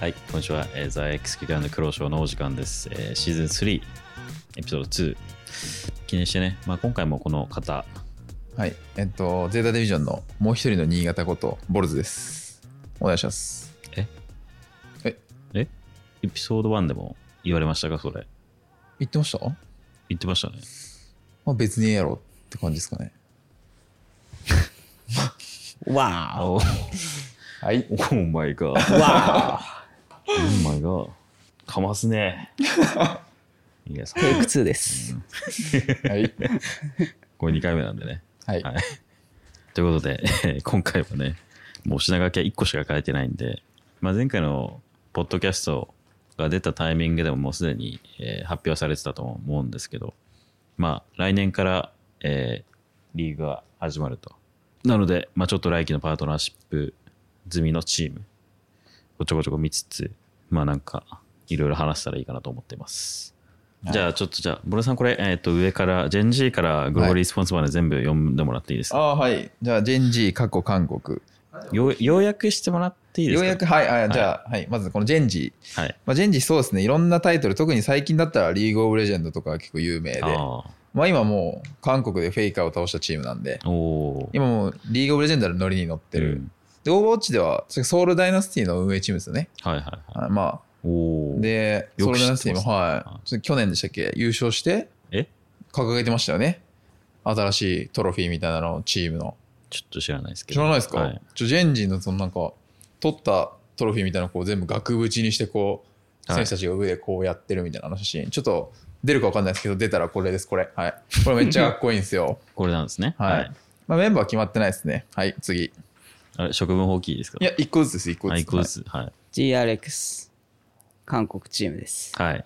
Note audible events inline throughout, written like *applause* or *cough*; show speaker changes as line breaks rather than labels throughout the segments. はい、今週は、えー、ザ・エクスキューターの黒潮のお時間です、えーシーズン3、エピソード2。記念してね、まあ、今回もこの方、
はい。えっと、ゼータディビジョンのもう一人の新潟こと、ボルズです。お願いします。
えエピソード1でも言われましたかそれ。
言ってました
言ってましたね。
まあ別にええやろって感じですかね。
わーお
はい。
おーマイガー。わーおーマイガー。かます *laughs* ね。いや、さ
テイク2です。
はい。
これ2回目なんでね。
はい。
はい。ということで、 *laughs* えー今回はね、もう品書きは1個しか書いてないんで、まあ、前回のポッドキャストが出たタイミングでももうすでに、えー発表されてたと思うんですけど、まあ、来年から、えーリーグが始まると。なので、まあ、ちょっと来季のパートナーシップ済みのチーム、をちょこちょこ見つつ、まあなんか、いろいろ話したらいいかなと思っています。
はい
じゃあ、ちょっとじゃあ、ボルさん、これ、えっ、と、上から、ジェンジーからグローバルリスポンスまで全部読んでもらっていいですか
ああー、はい。じゃあ、ジェンジー、過去韓国。
よう要約してもらっていいです
よ
か
うやく、はい。あじゃあ、はい。まずこのジェンジー。
はい。
まあ、ジェンジーそうですね。いろんなタイトル、特に最近だったらリーグオブレジェンドとかが結構有名で。
あ
まあ今もう、韓国でフェイカーを倒したチームなんで。
あ、おお。
今もうリーグオブレジェンドのノリに乗って
う
る。
ん
で、オーバーウォッチでは、ソウルダイナスティの運営チームですよね。
はいはいはい。
あまあ、
おお。
で、
よ
ソ
く
ル
知ってま
ダナ
す
スティも、
は
はい、去年でしたっけ、優勝して、
え
掲げてましたよね。新しいトロフィーみたいなのをチームの。
ちょっと知らないですけ
知
ど。
らないですか、
はい
ちょジェンジンのそのなんか、取ったトロフィーみたいなのをこう全部額縁にして、こう、
はい
選手たちが上でこうやってるみたいなあの写真。ちょっと出るか分かんないですけど、出たらこれです、これ。はい。これめっちゃかっこいいんで
*laughs*
すよ。
これなんですね。
はい。。まあ、メンバーは決まってないですね。はい、次。い
あれ、食分放棄ですか
や、1個ずつです、1個ずつ。
はい、一個ずつ。はい。
GRX、韓国チームです。
はい。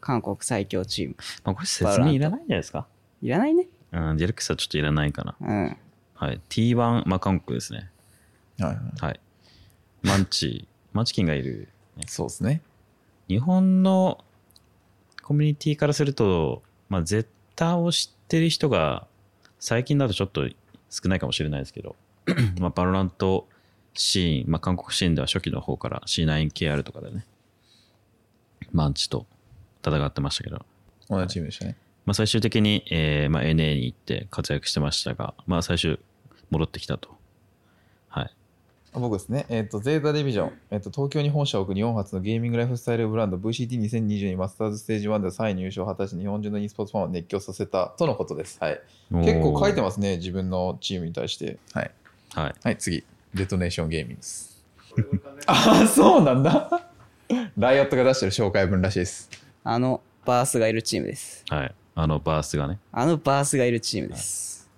韓国最強チーム。
まあ、これ説明いらないんじゃないですか
いらないね。
うん、ディレクサーちょっといらないかな。
うん。
はい。T1、まあ、韓国ですね。
はいはい
はい。マンチ、マンチキンがいる。
そうですね。
日本のコミュニティからすると、まあ、ゼッターを知ってる人が最近だとちょっと少ないかもしれないですけ
*clears throat*
どまあバロラントシーン、まあ、韓国シーンでは初期の方から C9KR とかでねマンチと戦ってましたけど、
同じチームでしたね。
まあ、最終的に、えーまあ、NA に行って活躍してましたが、まあ、最終戻ってきたとはい
僕ですね、えっとゼータディビジョン、えっと東京に本社を置く日本初のゲーミングライフスタイルブランド VCT2022 マスターズステージ1で3位入賞を果たし日本中の e スポーツファンを熱狂させたとのことです。はい、結構書いて
ま
ますね、自分のチームに対して。はい、
すはい
はい、次、デトネーションゲーミングです。 *laughs* ああ、そうなんだ。 *laughs* ライオットが出してる紹介文らしいです。
あのバースがいるチームです。
はいあのバースがね
あのバースがいるチームです。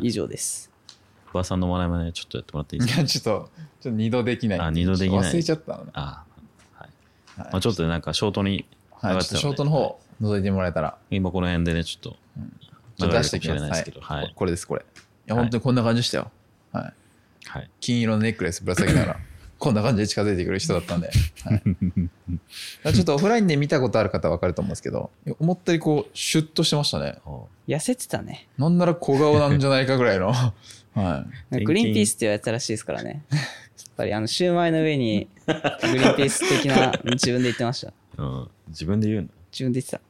以上です。
バースさんの笑いもねちょっとやってもらっていい
い
ですか
や、ちょっと、ちょっと二度できないん。
あ二度できない
ちょっと忘れちゃったのね。
ああ、はい。
はい
まあちょっとなんかショートに
はい、ちょっとショートの方、覗いてもらえたら、
今この辺でね、ちょっ
ち
と流
ょっと
れ
出
る
して
かも
お
しれ
きます。
ないですけど、
は、
はいい。
これです、これ。いや、
はい
本当にこんな感じでしたよ。はい
はい。
金色のネックレスぶら下げなが
*laughs*
らこんな感じで近づいてくる人だったんで、はい、
*laughs*
だからちょっとオフラインで見たことある方は分かると思うんですけど思ったよりこうシュッとしてましたね
お
痩せてたね。
なんなら小顔なんじゃないかぐら
*laughs*
いのは
転勤
グリーンピースってやったらしいですからね。やっぱりあのシューマイの上にグリーンピース的 *laughs* な自分で言ってました。
うん。自分で言うの。
自分で言ってた。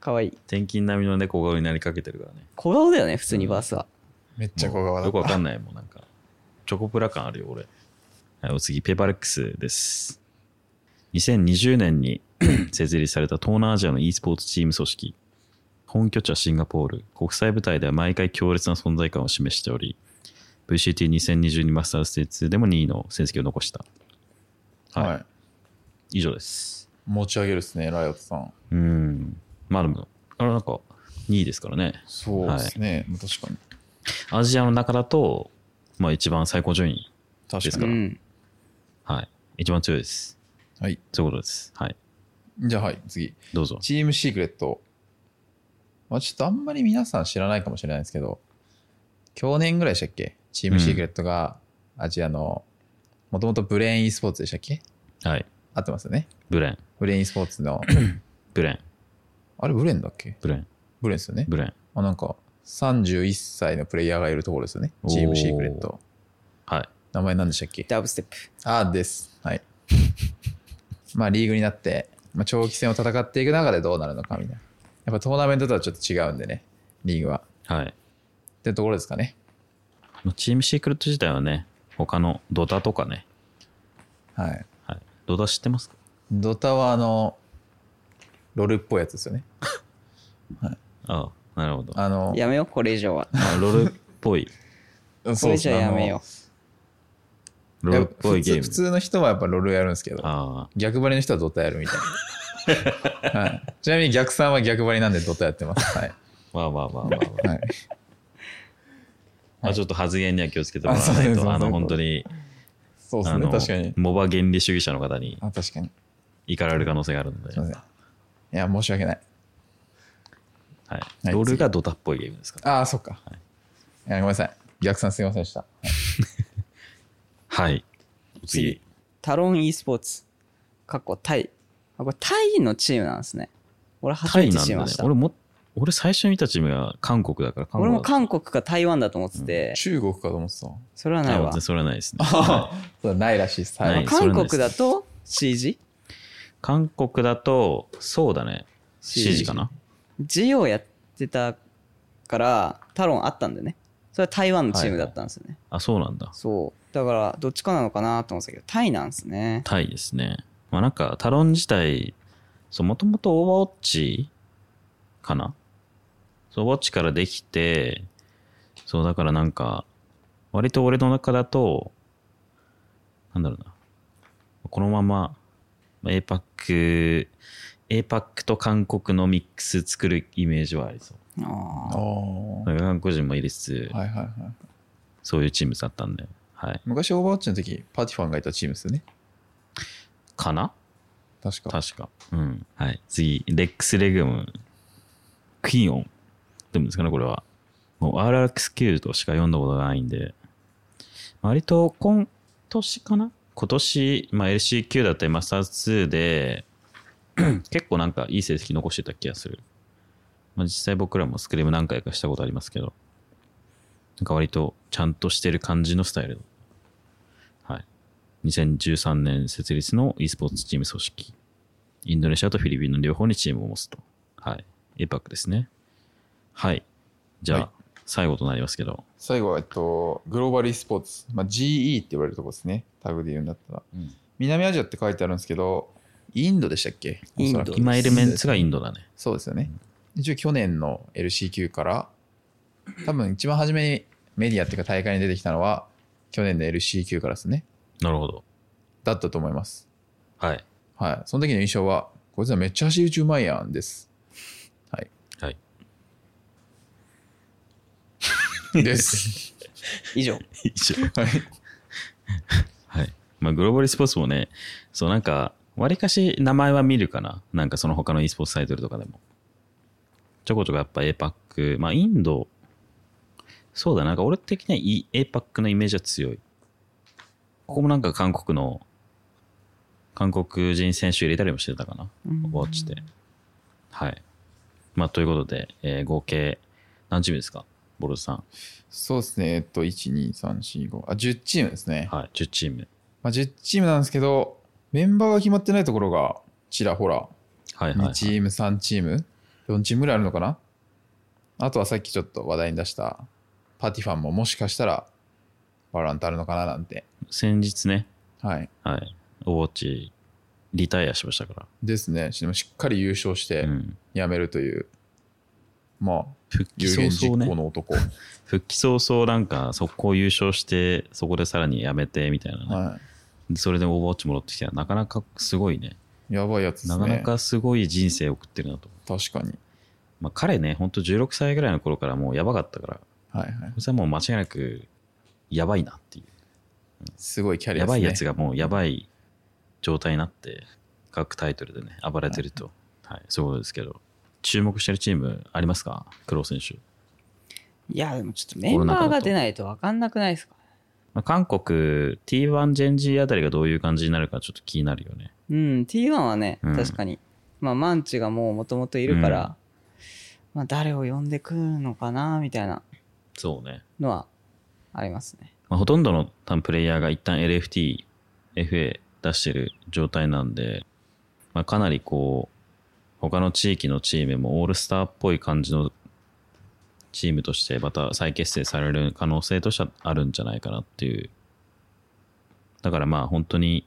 かわいい。
転勤並みの猫顔になりかけてるからね。
小顔だよね、普通にバースは。
いめっちゃ小顔
もう
だ
よく
っ
わかんないもん、なんか。チョコプラ感あるよ、俺。はい、お次、ペーパーレックスです。2020年に *clears throat* 設立された東南アジアの e スポーツチーム組織。本拠地はシンガポール。国際舞台では毎回強烈な存在感を示しており、VCT2022 マスターズステージ2でも2位の成績を残した。
た、はい
はい、以上です。
持ち上げるですねライオットさん
うん。まあでも、あれなんか2位ですからね。
そうですね、まあ確かに
アジアの中だと、まあ一番最高順位。
確
です
か
か
う
に、
ん。
はい。一番強いです。
はい
そういうことです。はい。
じゃあはい次
どうぞ。
チームシークレット、まあ、ちょっとあんまり皆さん知らないかもしれないですけど去年ぐらいでしたっけチームシークレットがアジアのもともとブレイン e スポーツでしたっけ
はい。
合ってますよね
ブレン。
ブレイン e スポーツの
ブレン。
あれブレンだっけ
ブレン。
ブレンですよね
ブレン。
あなんか31歳のプレイヤーがいるところですよねチームシークレット
はい。
名前何でしたっけ
ダブステップ。
あーですはいまあ、リーグになって、まあ、長期戦を戦っていく中でどうなるのかみたいな。やっぱトーナメントとはちょっと違うんでね、リーグは。
はい。
ってところですかね。
まあチームシークレット自体はね、他のドタとかね、
はい。
はい、ドタ知ってますか
ドタはあの、ロールっぽいやつですよね。
ああ、なるほど。
あの、
やめよう、これ以 *laughs* 上は。
あロールっぽ
*laughs*
い、
うん
こ
そうで
れ以
す
上
ね
やめよ
あの
ロールっぽいゲー
や
ム。
普通普通の人はやっぱロールやるんですけど、
あ
逆張りの人はドタやるみた
*laughs*
いな。はい、ちなみに逆さんは逆張りなんでドタやってます。はい。
あ、まあまあまあまあ、まあ
はい、
まあちょっと発言には気をつけてもらわな
あそう
い
です
と、あの、
そうです
本当に、
そうで
あ
すね、
の
確かに。
モバ原理主義者の方に
あ確かに。
怒られる可能性があるのです
い、ません。いや、申し訳ない。
はい、ロールがドタっぽいゲームですから。
ああ、そっか。い、や、ごめんなさい。逆さんすいませんでした。
はい。
う。
次。。
タロン e スポーツ。過去タイ。あこれタイのチームなんですね。俺初
タ
め
イ
て
なん
知り
だ
ま
ね
し。た。
俺も、俺最初に見たチームが韓国だから、韓
俺
国
も
だ
韓国か台湾だと思ってて、
中国かと思ってた。
それはない
あ
わ
全然。それはないですね。 *laughs*
ああ、そうないらしいです。は。
ないいそれ
韓
は
国
です
だと CG?
韓国だと、そうだね。
CG
7時かな。
ジオやってたから、タロンあったんだよね。それは台湾のチームだったんですよね。
あ、そうなんだ。
そう。だから、どっちかなのかなと思ってたけど、タイなんですね。
タイですね。まあなんか、タロン自体、そう、もともとオーバーウォッチかなそう、オーバーウォッチからできて、そう、だからなんか、割と俺の中だと、なんだろうな。このまま、まあ APAC、APAC と韓国のミックス作るイメージはありそう。
あ
ああ。
あ。
だから韓国人もいりつつ、
はいはいはい。
そういうチームだったんで、はい。
昔オーバーウォッチの時、パティファンがいたチームですよね。
かな
確か。
確か。うん。はい。次、レックス・レグム、クイーンオン。でもですかね、これは。もう RX9 としか読んだことがないんで、割と今年かな今年、まあ、LCQ だったりマスターズ2で、 *clears throat* 結構なんかいい成績残してた気がする。まあ、実際僕らもスクリーム何回かしたことありますけど、なんか割とちゃんとしてる感じのスタイルの。はい。2013年設立の e スポーツチーム組織。インドネシアとフィリピンの両方にチームを持つと。はい。エパックですね。はい。じゃあ、
はい
最後となりますけど。
最後は、えっと、グローバル e スポーツ、まあ、GE って言われるとこですね、タグで言うんだったら。南アジアって書いてあるんですけど、インドでしたっけ
インド
おそらく
今エレメンツがインドだね。
そうですよね。一応去年の LCQ から、多分一番初めにメディアっていうか大会に出てきたのは、去年の LCQ からですね。
なるほど。
だったと思います。
はい。
はい。その時の印象は、こいつはめっちゃ走り打ちうまいやんです。はい。
はい。
*laughs* です。
以
*laughs*
上。
以上。
はい。
はい。まあ、グローバルスポーツもね、そうなんか、わりかし名前は見るかな。なんかその他の e スポーツサイトルとかでも。ちょこちょこやっぱ APAC、まあインド、そうだな、なんか俺的には APAC のイメージは強い。ここもなんか韓国の、韓国人選手入れたりもしてたかな。
うん
ウォッチで。はい。まあということで、えー合計何チームですかボルトさん。
そうですね。えっと、1、2、3、4、5。あ、10チームですね。
はい、10チーム。
まあ、10チームなんですけど、メンバーが決まってないところが、ちらほら、
はいはい、は
2
い。
チーム、3チーム、4チームぐらいあるのかなあとはさっきちょっと話題に出した、パティファンももしかしたら、バラントあるのかななんて。
先日ね、
はい。
はい。オーウォッチ、リタイアしましたか
ですね。ししっかり優勝し
ら。
て
うん。
辞めるという、まあ、
復帰
有言
早
実
々
行
ね。
の
*laughs*
男。
復帰早々なんか、速攻優勝して、そこでさらにやめて、みたいなね、
は
それでオーバーウォッチ戻ってきたら、なかなかすごいね。
い。やばいやつです
な
ね。
かなかすごい人生を送ってるなと。
確かに。
まあ、彼ね、ほんと16歳ぐらいの頃からもうやばかったから、
はいはい
こ。れはもう間違いなく、やばいなっていう。
すごいキャリ
や
アです
ば
ね。
いやつ
が。
がもうやばい状態になって、各タイトルでね、暴れてると。はい、そういうことですけど。注目してるチームありますかクロウ選手。
いや、でもちょっとメンバーが出ないと分かんなくないですか
まあ、韓国 T1 ジェンジーあたりがどういう感じになるかちょっと気になるよね。
うん、T1 はね、
うん
確かに。まあ、マンチがもうもともといるから、
うん
まあ、誰を呼んでくるのかな、みたいな
そうね。
のはありますね。
まあ、ほとんどの多分プレイヤーが一旦 LFT、FA 出してる状態なんで、まあ、かなりこう他の地域のチームもオールスターっぽい感じのチームとしてまた再結成される可能性としてはあるんじゃないかなっていうだからまあ本当に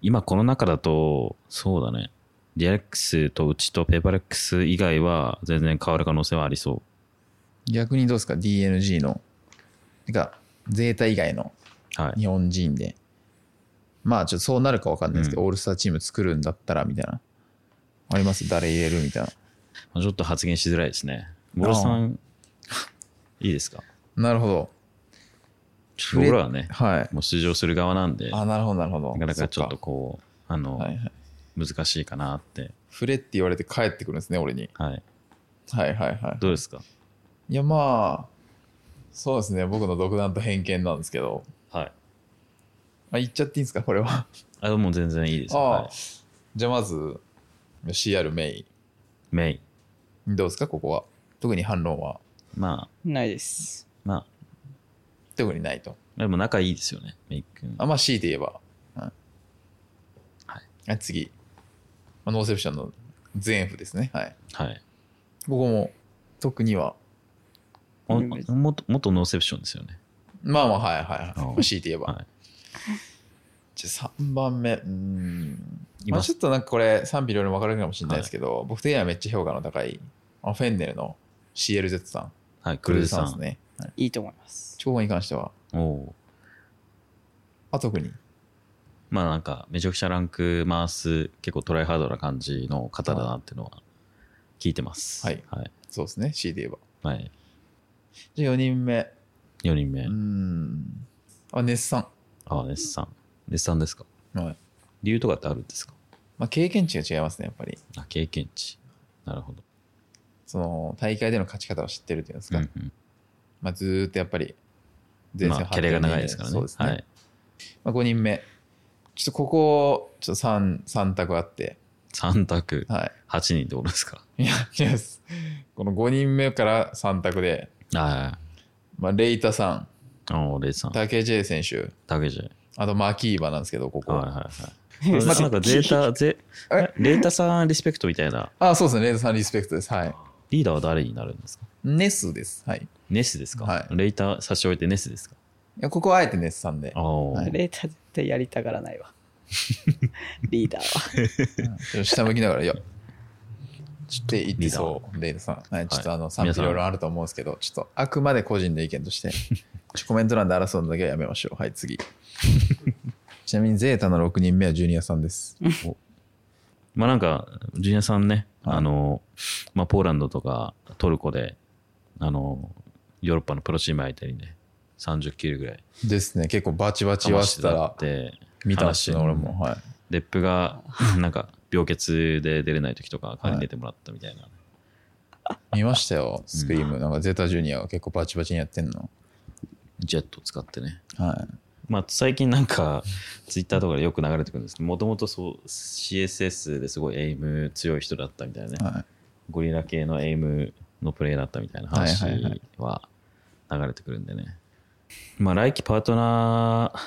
今この中だとそうだねディアレックスとうちとペーパーレックス以外は全然変わる可能性はありそ
逆にどうですか ?DNG の。てか、ゼータ以外の
うはい
日本人で。まあ、ちょっとそうなるかわかんないですけど、オールスターチーム作るんだったら、みたいな。あります誰入れるみたいな。
まあちょっと発言しづらいですねボロさんいいですか
なるほど。
ちょっと僕らはね
はい。
もう出場する側なんで
あ、
な
なるほど、なるほど。
かなかちょっ
そ
とこうあの、
か。はいはい。
難しいかなって
触れって言われて帰ってくるんですね、俺に。
はい
はいはいはい。
どうですか
いや、まあ、そうですね、僕の独断と偏見なんですけど。
はい
あ、言っちゃっていいんですか、これは。
あもう全然いいですよ、
ああ
はい
じゃあ、まず、CR メイ
メイン
ン。どうですか、ここは。特に反論は。
まあ
ないです。
まあ
特にないと。
でも仲いいですよねメイ君
あまあ、強いて言えば。うん
はい
あ次、まあノーセプションの全部ですね。はい。
はい
僕も、特には、
お
うん別
元元ノーセプションですよね
まあまあ、はいはいはい。
ああ
まあ、強いて言えば。
はい
じゃあ3番目、うーん。
い
まあ、
ます
ちょっとなんかこれ賛否両論分かれるかもしれないですけど、僕的にはめっちゃ評価の高い、あのフェンネルの CLZ さん、
はいク
ク
ル
ル
ー
ー
ズ
ズさ
さ
んです
ん、
ね。はい、
いいと思います。
長に関しては、
おお
あ特に。
まあなんかめちゃくちゃランク回す結構トライハードな感じの方だなっていうのは聞いてます
はい
はい、
そうですね、C で言えば。
はい、
じゃあ4人目、
4人目、
うーん。あ、ネスさ
ああネスさんネスさんですか
ん。はい。
理由とかってあるんですか
まあ、経験値が違いますね、やっぱり。
あ経験値なるほど、
その大会での勝ち方を知ってるというんです
う
か、
んうん
まあ、ずーっとやっぱり前
ま
線
あ
を張
キ
って
ャ
る
レが長いですからね
そうですね。
はい、
まあ、5人目、ちょっとここ、ちょっと 3, 三択あって、
3択
はい。
8人ってことですか
いや、違います。この5人目から3択で、
あ
まあ、レイタさん、
あおおレイさん
タケジェイ選手、
タケジェ
あとマキーバなんですけど、ここ。
はいはいはい。
*laughs*
まあ
なんかデータ、ゼ
え
レータさんリスペクトみたいな、
あ、そうですね、レイタさんリスペクトです。はい。
リーダーは誰になるんですか
ネスです。はい。い
ネスですか、
はい
レータ差し置いてネスですか
やここはあえてネスさんで
あ、あ、
はい
レータ絶対やりたがらないわ。 *laughs* リーダーは。
うん下向きながら、いや、ちょっと言ってそう、レイタさん。はい、ちょっとあの、賛
皆
否
さん
両論あると思うんですけど、ちょっとあくまで個人の意見として、ちょコメント欄で争うのだけはやめましょう。はい、
*laughs*
次。ちなみに、ゼータの6人目はジュニアさんです。
まあなんか、ジュニアさんね、
はい
あの、まあポーランドとかトルコで、あの、ヨーロッパのプロチーム相手にね、30キルぐらい
ですね、結構バチバチ
か
言わ
ま
せ
して
た
た
ら
っ、て、
見たし、
話
俺も。はい。
デップが、
*laughs*
なんか、病欠で出れない時とか、彼に出てもらったみたいな。
見ましたよ、スクリーム。なんか、ゼータジュニアが結構バチバチにやってんの。
ジェット使ってね。
は
まあ、最近なんか、ツイッターとかでよく流れてくるんですけど、もともとそう CSS ですごいエイム強い人だったみたいなね
い。、は
ゴリラ系のエイムのプレイだったみたいな話
はいはいはい
は流れてくるんでね。まあ、来期パートナー、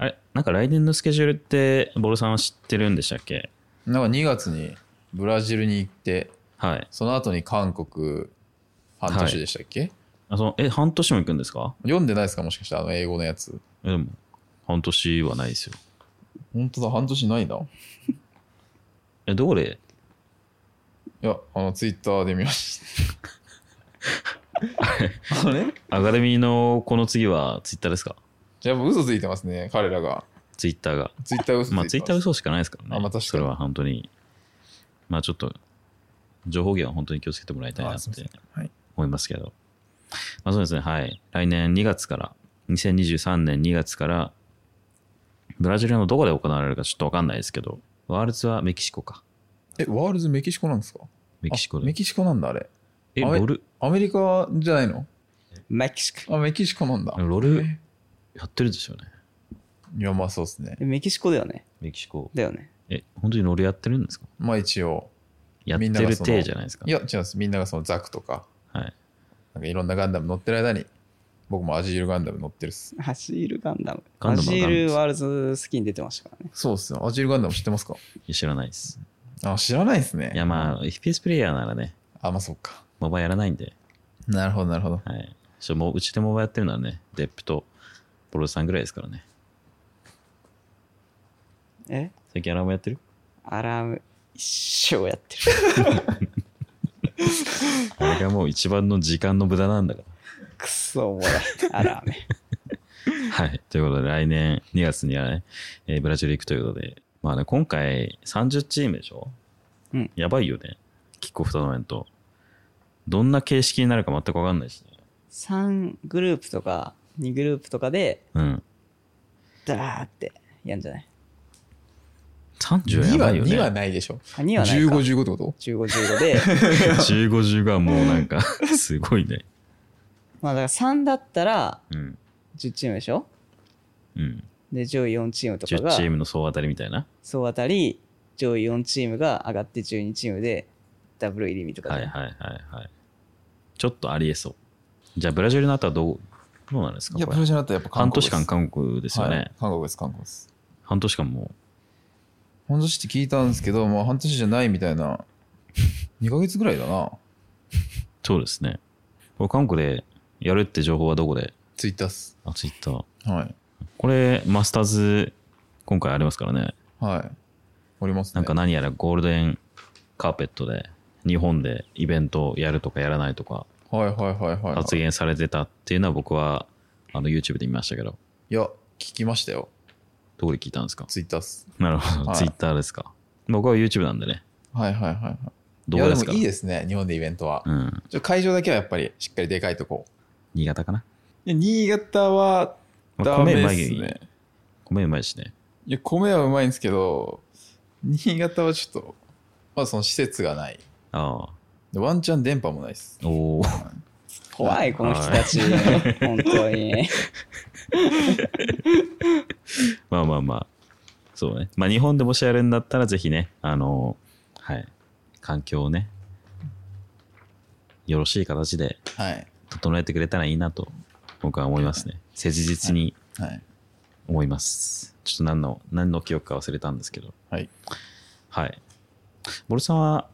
あれ、なんか来年のスケジュールって、ボルさんは知ってるんでしたっけ
い。なんか、2月にブラジルに行って、
はい。
その後に韓国、半年でしたっけ、
あそのえ、半年も行くんですか
読んでないですかもしかして、あの、英語のやつ。
えでも、半年はないですよ。
本当だ、半年ないな。い
え、どれ
や、あの、ツイッターで見
*laughs*
ました。あれ
アカデミーのこの次はツイッターですか
やっぱ嘘ついてますね、彼らが。
ツイッターが。
ツイッター嘘ついてます。
まあ、ツイッター嘘しかないですからね。
あまあ確かに
それは本当に。まあ、ちょっと、情報源は本当に気をつけてもらいたいな
あ
っ
すいませ
て
んはい
思いますけど。まあ、そうですね。はい。来年2月から、2023年2月から、ブラジルのどこで行われるかちょっとわかんないですけど、ワールズはメキシコか。
え、ワールズメキシコなんですか
メキシコ
あメ
で。
キシコなんだ、あれ。
え、
あれ
ロル、
アメリカじゃないの
メキシコ。
あ、メキシコなんだ。
ロルやってるでしょうね。
いや、まあそうですね。
えメキシコだよね。
メキシコ。
だよね。
え、本当にロルやってるんですか
まあ一応。
やって
みんなが
る
その
体じゃないですか
い。や、違うんです。みんながそのザクとか、
はい。
なんかいろんなガンダム乗ってる間に僕もアジールガンダム乗ってるっす。
ハシールガンダム。
ガンダム
ハシールワールズスキン出てましたからね。
そうっすよ。アジールガンダム知ってますか
いや知らないです。
あ、知らないですね。
いや、まあ、FPS プレイヤーならね、
あ、まあ、そうか。
モバやらないんで、
なるほど、なるほど。
はい。ちょもううちでモバやってるのはね、デップとボルさんぐらいですからね。
え
最近アラームやってる
アラーム一生やってる。
あれがもう一番の時間の無駄なんだか
くそおもろい。アラーム。
ら。 *laughs* はい。ということで、来年2月にはね、えーブラジル行くということで、まあね、今回30チームでしょ
うん
やばいよね。キックオフトーナメント。どんな形式になるか全くわかんないしね。
3グループとか2グループとかで、
うん。
ダーってやんじゃない
30はやば
2は、
いよね。
2はないでしょ。
あ、2はない
15、
か。
15ってこと
15、15で。 *laughs*
15、10がもうなん *laughs* か、すごいね。
まあだから3だったら
うん。
10チームでしょ
うん。
で、上位4チームとか
10
が
チームの総当たりみたいな。
総当たり、上位4チームが上がって12チームでダブル入りみとかじ
は
ゃ
い
ん
はいはいはい。ちょっとありえそう。じゃあ、ブラジルの後はどう、どうなんですか
いや、
こ
プ
れ
ロジェクトやっぱ韓
半
国
年間韓国で
です
よね。
はい韓国です、韓国です。
半年間も
半年って聞いたんですけど、もう半年じゃないみたいな。2ヶ月ぐらいだな。
う、そうですね。これ韓国でやるって情報はどこで
ツイッターっす。
あ、ツイッター。
はい。
これ、マスターズ、今回ありますからね。
はい。おりますね。
なんか何やらゴールデンカーペットで、日本でイベントをやるとかやらないとか、
はいはいはいはい、は
発
い。
言されてたっていうのは僕は、あの、YouTube で見ましたけど、
いや、聞きましたよ。
どこで聞いたん
*laughs*
ですか
ツイッターっす。
なるほど、
はい
ツイッターですか。僕は YouTube なんでね、
はいはいはいはい。
動画ですか
いやでも
ら。
いいですね、日本でイベントは。
うん、
ちょ会場だけはやっぱりしっかりでかいとこ。
新潟かな。
いや新潟は
まあ
ダ
米
メ
う
で
まい
す
よ
ね。
米うまいしね。
いや、米はうまいんですけど、新潟はちょっと、まずその施設がない。 *laughs*
あ
でワンチャン電波もないです。
あ、おお。
怖い、この人たち。本当に。
*laughs* まあまあまあ、そうね。まあ日本でもしやるんだったら、ぜひね、あの、はい、環境をね、よろしい形で
はい。
整えてくれたらいいなと、僕は思いますね。切実に
はい。
思います。ちょっと何の、何の記憶か忘れたんですけど。
はい。
はい。ボルさんは、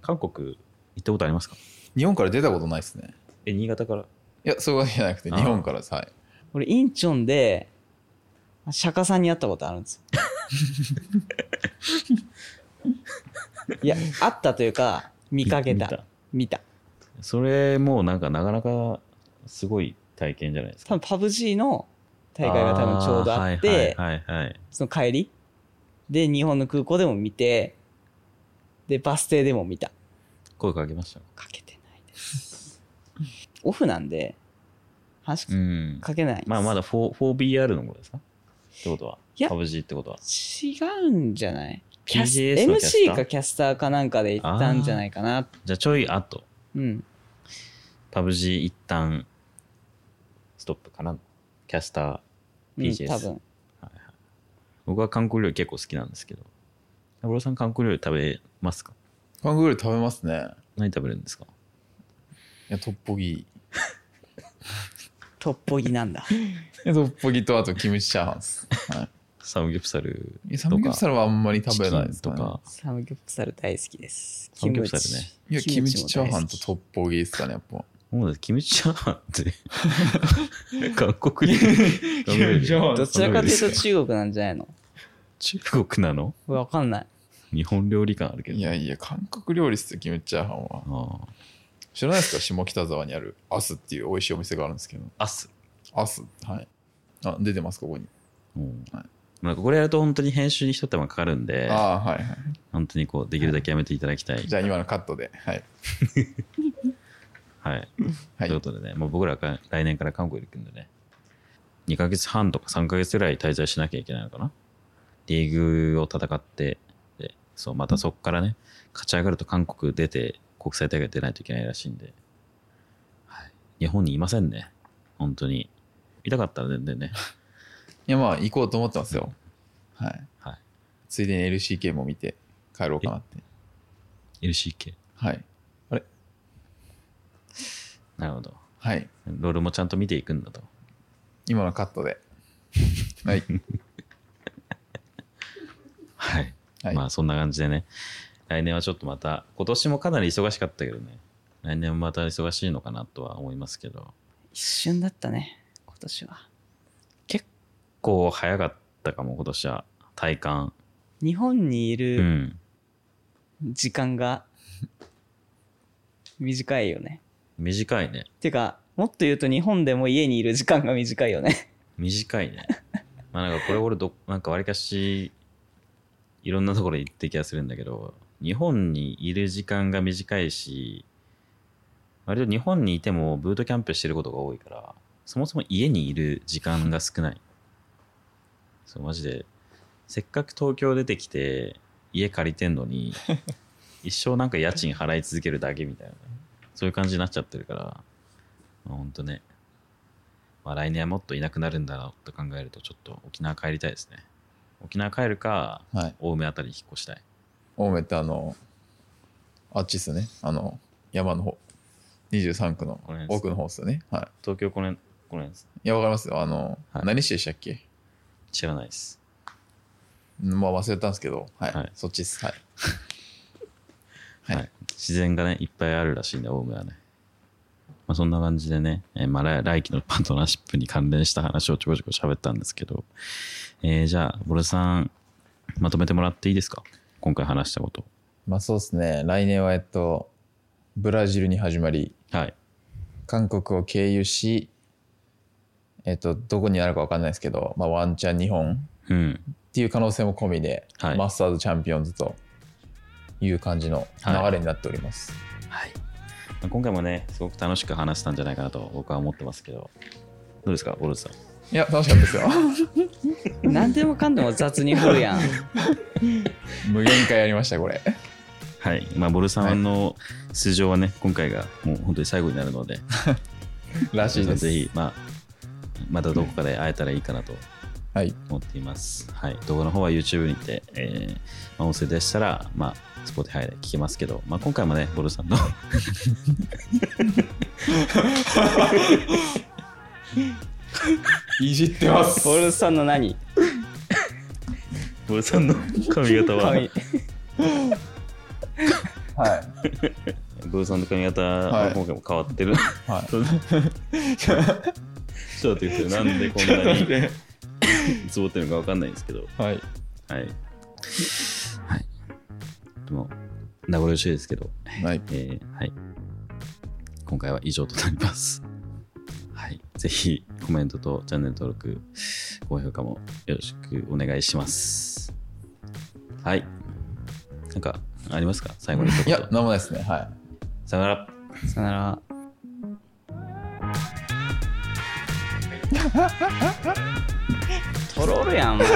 韓国行ったことありますか
日本から出たことないですね。
え、新潟から。
いや、そういうわけじゃなくて、
あ
日
ー
本からです。はい。
俺、インチョンで、釈迦さんに会ったことあるんです
*laughs*
よ。いや、会ったというか、見かけた。見た。
それもうなんかなかなかすごい体験じゃないですか。
多分、パブ G の大会が多分ちょうどあって、
あーはいはいはいはい
その帰りで、日本の空港でも見て、で、バス停でも見た。
声かけました。
かけてないです。オフなんで、話し
ん。
かけないです。
まあまだ 4- 4BR のことですかってことはい
や
パブ G ってことは。
違うんじゃないキャス
PGS のキャスター
MC かキャスターかなんかで行ったんじゃないかな。
じゃあちょい後、
うん。
パブ G 一旦ストップかな。キャスター。
うん
PGS
多分。
僕は韓国料理結構好きなんですけど。ブロさん韓国料理食べますか
韓国料理食べますね。
何食べるんですか
いや、トッポギ。
トッポギなんだ。
いやトッポギと、あとキムチチャーハンっす。はい
サムギョプサル
いや。サムギョプサルはあんまり食べないで
チ
す
キ
か
ン
ね
とか。
サムギョプサル大好きです。
サムギョプサルね
いや、キムチチャーハンと
ッ
トッポギですかね、やっぱ。
もうだってキムチチャーハンって
*laughs*
韓国料理。
キムチチャーハン
どちらかというと中国なんじゃないの
中国なの
わかんない。
日本料理感あるけど。
いやいや、韓国料理っすよ、キムチチャーハンは。
あ
知らないですか下北沢にあるアスっていう美味しいお店があるんですけど。
あ。アス。
アスはい。あ、出てます、ここに。
うん
はい
なんかこれやると本当に編集に一手間かかるんで、
ああ、はいはい。
本当にこうできるだけやめていただきたい。
じゃあ今のカットで。はい。
はい。
は
という
い。
ことでね、もう僕らが来年から韓国に行くんでね、2ヶ月半とか3ヶ月ぐらい滞在しなきゃいけないのかな。リーグを戦って、でそう、またそこからね、勝ち上がると韓国出て、国際大会出ないといけないらしいんで、はい、日本にいませんね、本当に。痛かったら全然ね、
いや、まあ、行こうと思ってますよ。はい。
はい、
ついでに LCK も見て帰ろうかなって。
LCK。
はい。
なるほど。
はい。
ロールもちゃんと見ていくんだと。
今のカットで。はい。
はい。
はい
まあそんな感じでね、来年はちょっとまた、今年もかなり忙しかったけどね、来年もまた忙しいのかなとは思いますけど、
一瞬だったね、今年は。
結構早かったかも、今年は、体感。
日本にいうる
ん。
時間が短いよね。
短いね。
てか、もっと言うと日本でも家にいる時間が短いよね。
短いね。まあなんかこれ俺ど、なんかわりかし、いろんなところに行って気がするんだけど、日本にいる時間が短いし、割と日本にいてもブートキャンプしてることが多いから、そもそも家にいる時間が少ない。そう、マジで、せっかく東京出てきて、家借りてんのに、一生なんか家賃払い続けるだけみたいな、そういう感じになっちゃってるから、まあ、ほんとね、まあ、来年はもっといなくなるんだろうと考えると、ちょっと沖縄帰りたいですね。沖縄帰るか、
はい。
青梅あたりに引っ越したい。
青梅ってあの、あっちっすね。あの、山の方。23区の
これです
奥の方っすよね。はい。
東京この辺、この辺です。
いや、わかりますよ。あの、
はい
何市でしたっけ
知らないです。
うんまあ忘れたんですけど、はい。
はい
そっちっす。はい。
は
はい
い。自然がね、いっぱいあるらしいんで、青梅はね。まあ、そんな感じでね、えーまあ、来来期のパートナーシップに関連した話をちょこちょこ喋ったんですけど、えーじゃあ、ボルさん、まとめてもらっていいですか今回話したこと。
まあそうっすね。来年は、えっと、ブラジルに始まり、
はい。
韓国を経由し、えっと、どこになるかわかんないですけど、まあ、ワンチャン日本
うん。
っていう可能性も込みで、
はい
マスターズチャンピオンズという感じの流れになっております。
はい、今回もね、すごく楽しく話したんじゃないかなと僕は思ってますけど、どうですか、ボルさん。
い、や、楽しかったですよ。 *laughs*
何でもかんでも雑に振るやん。
無限回やりました、
*laughs*
これ。
はい、まあ、ボルさんの出場はね、今回がもう本当に最後になるので、
らしいです。
ぜひ、まあ、またどこかで会えたらいいかなと
はい。
思っています。はい、動画の方は YouTube にて、えーまあ、音声でしたら、まあ、Spotify で聞けますけど、まあ、今回もね、ボルさんの
いじってます。
ボールさんの何
*laughs* ボルさんの髪型は
髪。
は
ボルさんの髪型は今回も変わってる。 *laughs*
い。はい。
ちょっと待ってくださいなんでこんなにつぼってるのかわかんないんですけど。は
はい。
い。はい。でも、名残惜しいですけど、
はい。
えーはい。今回は以上となります。はい。ぜひ、コメントとチャンネル登録、高評価もよろしくお願いします。はい。なんか、ありますか最後に一
い
言。
や、なんもないですね。はい。
さよなら。
さよなら。とろるやん、マジで